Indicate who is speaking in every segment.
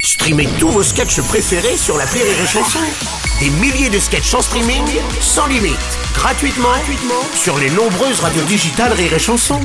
Speaker 1: Streamez tous vos sketchs préférés sur la Rire et Chanson. Des milliers de sketchs en streaming, sans limite, gratuitement, gratuitement sur les nombreuses radios digitales Rire et Chanson.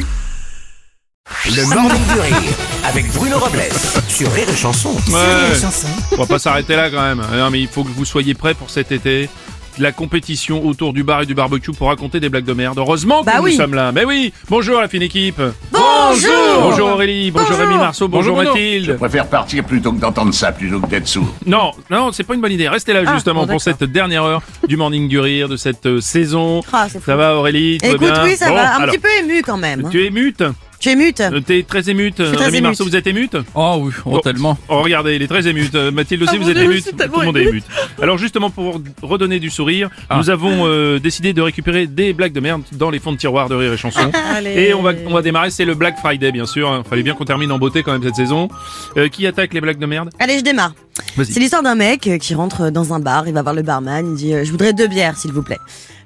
Speaker 1: Le morning du rire avec Bruno Robles sur Rire et Chanson.
Speaker 2: Ouais. On va pas s'arrêter là quand même. Non mais il faut que vous soyez prêts pour cet été. De la compétition autour du bar et du barbecue pour raconter des blagues de merde. Heureusement que
Speaker 3: Bah
Speaker 2: nous
Speaker 3: oui.
Speaker 2: sommes là. Mais oui. Bonjour la fine équipe.
Speaker 3: Bonjour
Speaker 2: Bonjour Aurélie. Bonjour,
Speaker 3: Bonjour.
Speaker 2: Rémi Marceau. Bonjour, Mathilde.
Speaker 4: Je préfère partir plutôt que d'entendre ça, plutôt que d'être sourd.
Speaker 2: Non, non, c'est pas une bonne idée. Restez là
Speaker 3: Ah,
Speaker 2: justement
Speaker 3: bon,
Speaker 2: pour
Speaker 3: d'accord.
Speaker 2: cette dernière heure du morning du rire de cette euh, saison.
Speaker 3: Ah, c'est fou.
Speaker 2: ça va Aurélie Tout va
Speaker 3: Écoute,
Speaker 2: bien
Speaker 3: oui, ça
Speaker 2: Bon,
Speaker 3: va. Un
Speaker 2: alors,
Speaker 3: petit peu ému quand même. hein.
Speaker 2: Tu es mute
Speaker 3: Tu es mute
Speaker 2: Euh, T'es très émute
Speaker 3: suis très
Speaker 2: Rémi
Speaker 3: émute.
Speaker 2: Marceau, vous êtes émute
Speaker 5: Oh oui, oh, tellement.
Speaker 2: Oh, regardez, il est très émute. Euh, Mathilde aussi,
Speaker 3: Ah,
Speaker 2: vous
Speaker 3: mon
Speaker 2: êtes
Speaker 3: Dieu, je
Speaker 2: émute.
Speaker 3: suis
Speaker 2: Tout le
Speaker 3: tellement
Speaker 2: monde est émute. Alors, justement, pour redonner du sourire,
Speaker 5: Ah.
Speaker 2: nous avons euh, décidé de récupérer des blagues de merde dans les fonds de tiroir de Rire et Chanson.
Speaker 3: Allez.
Speaker 2: Et on va, on va démarrer, c'est le Black Friday, bien sûr. hein. Fallait bien qu'on termine en beauté quand même cette saison. Euh, qui attaque les blagues de merde
Speaker 3: Allez, je démarre.
Speaker 2: Vas-y.
Speaker 3: C'est l'histoire d'un mec euh, qui rentre dans un bar, il va voir le barman, il dit euh, Je voudrais deux bières, s'il vous plaît.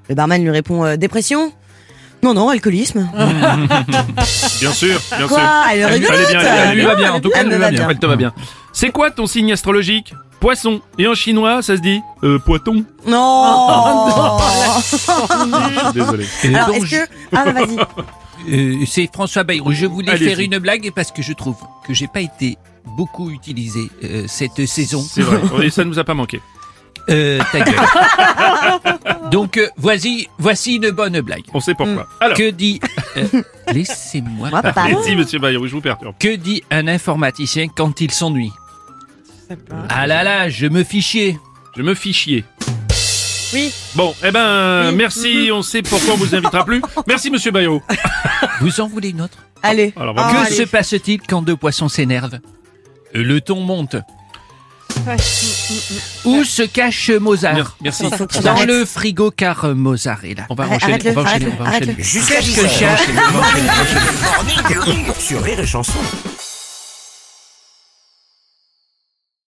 Speaker 3: Le barman lui répond euh, Dépression Non, non, alcoolisme.
Speaker 2: Bien sûr, bien sûr.
Speaker 3: Quoi Elle est
Speaker 2: Ah, Elle- elle est
Speaker 3: rigolote
Speaker 2: bien, elle- elle lui va
Speaker 5: bien, en tout cas, elle
Speaker 3: Elle me
Speaker 5: lui
Speaker 3: va
Speaker 5: va bien.
Speaker 3: bien.
Speaker 2: Elle te va bien. C'est quoi ton signe astrologique Poisson. Et en chinois, ça se dit euh, Poiton. Ah,
Speaker 3: Non
Speaker 2: Je suis Désolé.
Speaker 5: Et
Speaker 3: Alors,
Speaker 5: donc,
Speaker 3: est-ce que. Ah, vas-y.
Speaker 5: je- euh, c'est François Bayrou. Je voulais
Speaker 2: Allez-y.
Speaker 5: faire une blague parce que je trouve que j'ai pas été beaucoup utilisé euh, cette saison.
Speaker 2: C'est vrai. Et ça nous a pas manqué.
Speaker 5: Euh, ta gueule. Donc euh, voici, voici une bonne blague.
Speaker 2: On sait
Speaker 3: Mm.
Speaker 2: pourquoi. Alors,
Speaker 5: Que dit euh, Laissez-moi.
Speaker 3: Moi,
Speaker 5: parler.
Speaker 3: papa.
Speaker 2: si monsieur Bayrou, je vous perturbe.
Speaker 5: Que dit un informaticien quand il s'ennuie Ah là là, je me fichais.
Speaker 2: Je me fis chier.
Speaker 3: Oui.
Speaker 2: Bon, eh ben,
Speaker 3: Oui. Mm-hmm.
Speaker 2: merci, on sait pourquoi on vous invitera plus. Merci, monsieur Bayrou.
Speaker 3: Ah.
Speaker 5: Vous en voulez une autre
Speaker 3: Allez.
Speaker 2: Alors,
Speaker 3: Ah,
Speaker 5: Que
Speaker 3: allez.
Speaker 5: se passe-t-il quand deux poissons s'énervent Euh, Le ton monte. Où se cache Mozart
Speaker 2: Mer- Merci.
Speaker 3: Faut que tu
Speaker 5: Dans
Speaker 3: arrêtes.
Speaker 5: le frigo car euh, Mozart est là. On va
Speaker 3: Arrête-
Speaker 5: enchaîner,
Speaker 3: arrête-le,
Speaker 5: on va enchaîner,
Speaker 3: arrête-le,
Speaker 5: on va enchaîner.
Speaker 1: Jusqu'à
Speaker 5: Qu'est-ce que
Speaker 1: 10h.
Speaker 5: cherche
Speaker 1: Le morning du rire sur Rire et Chanson.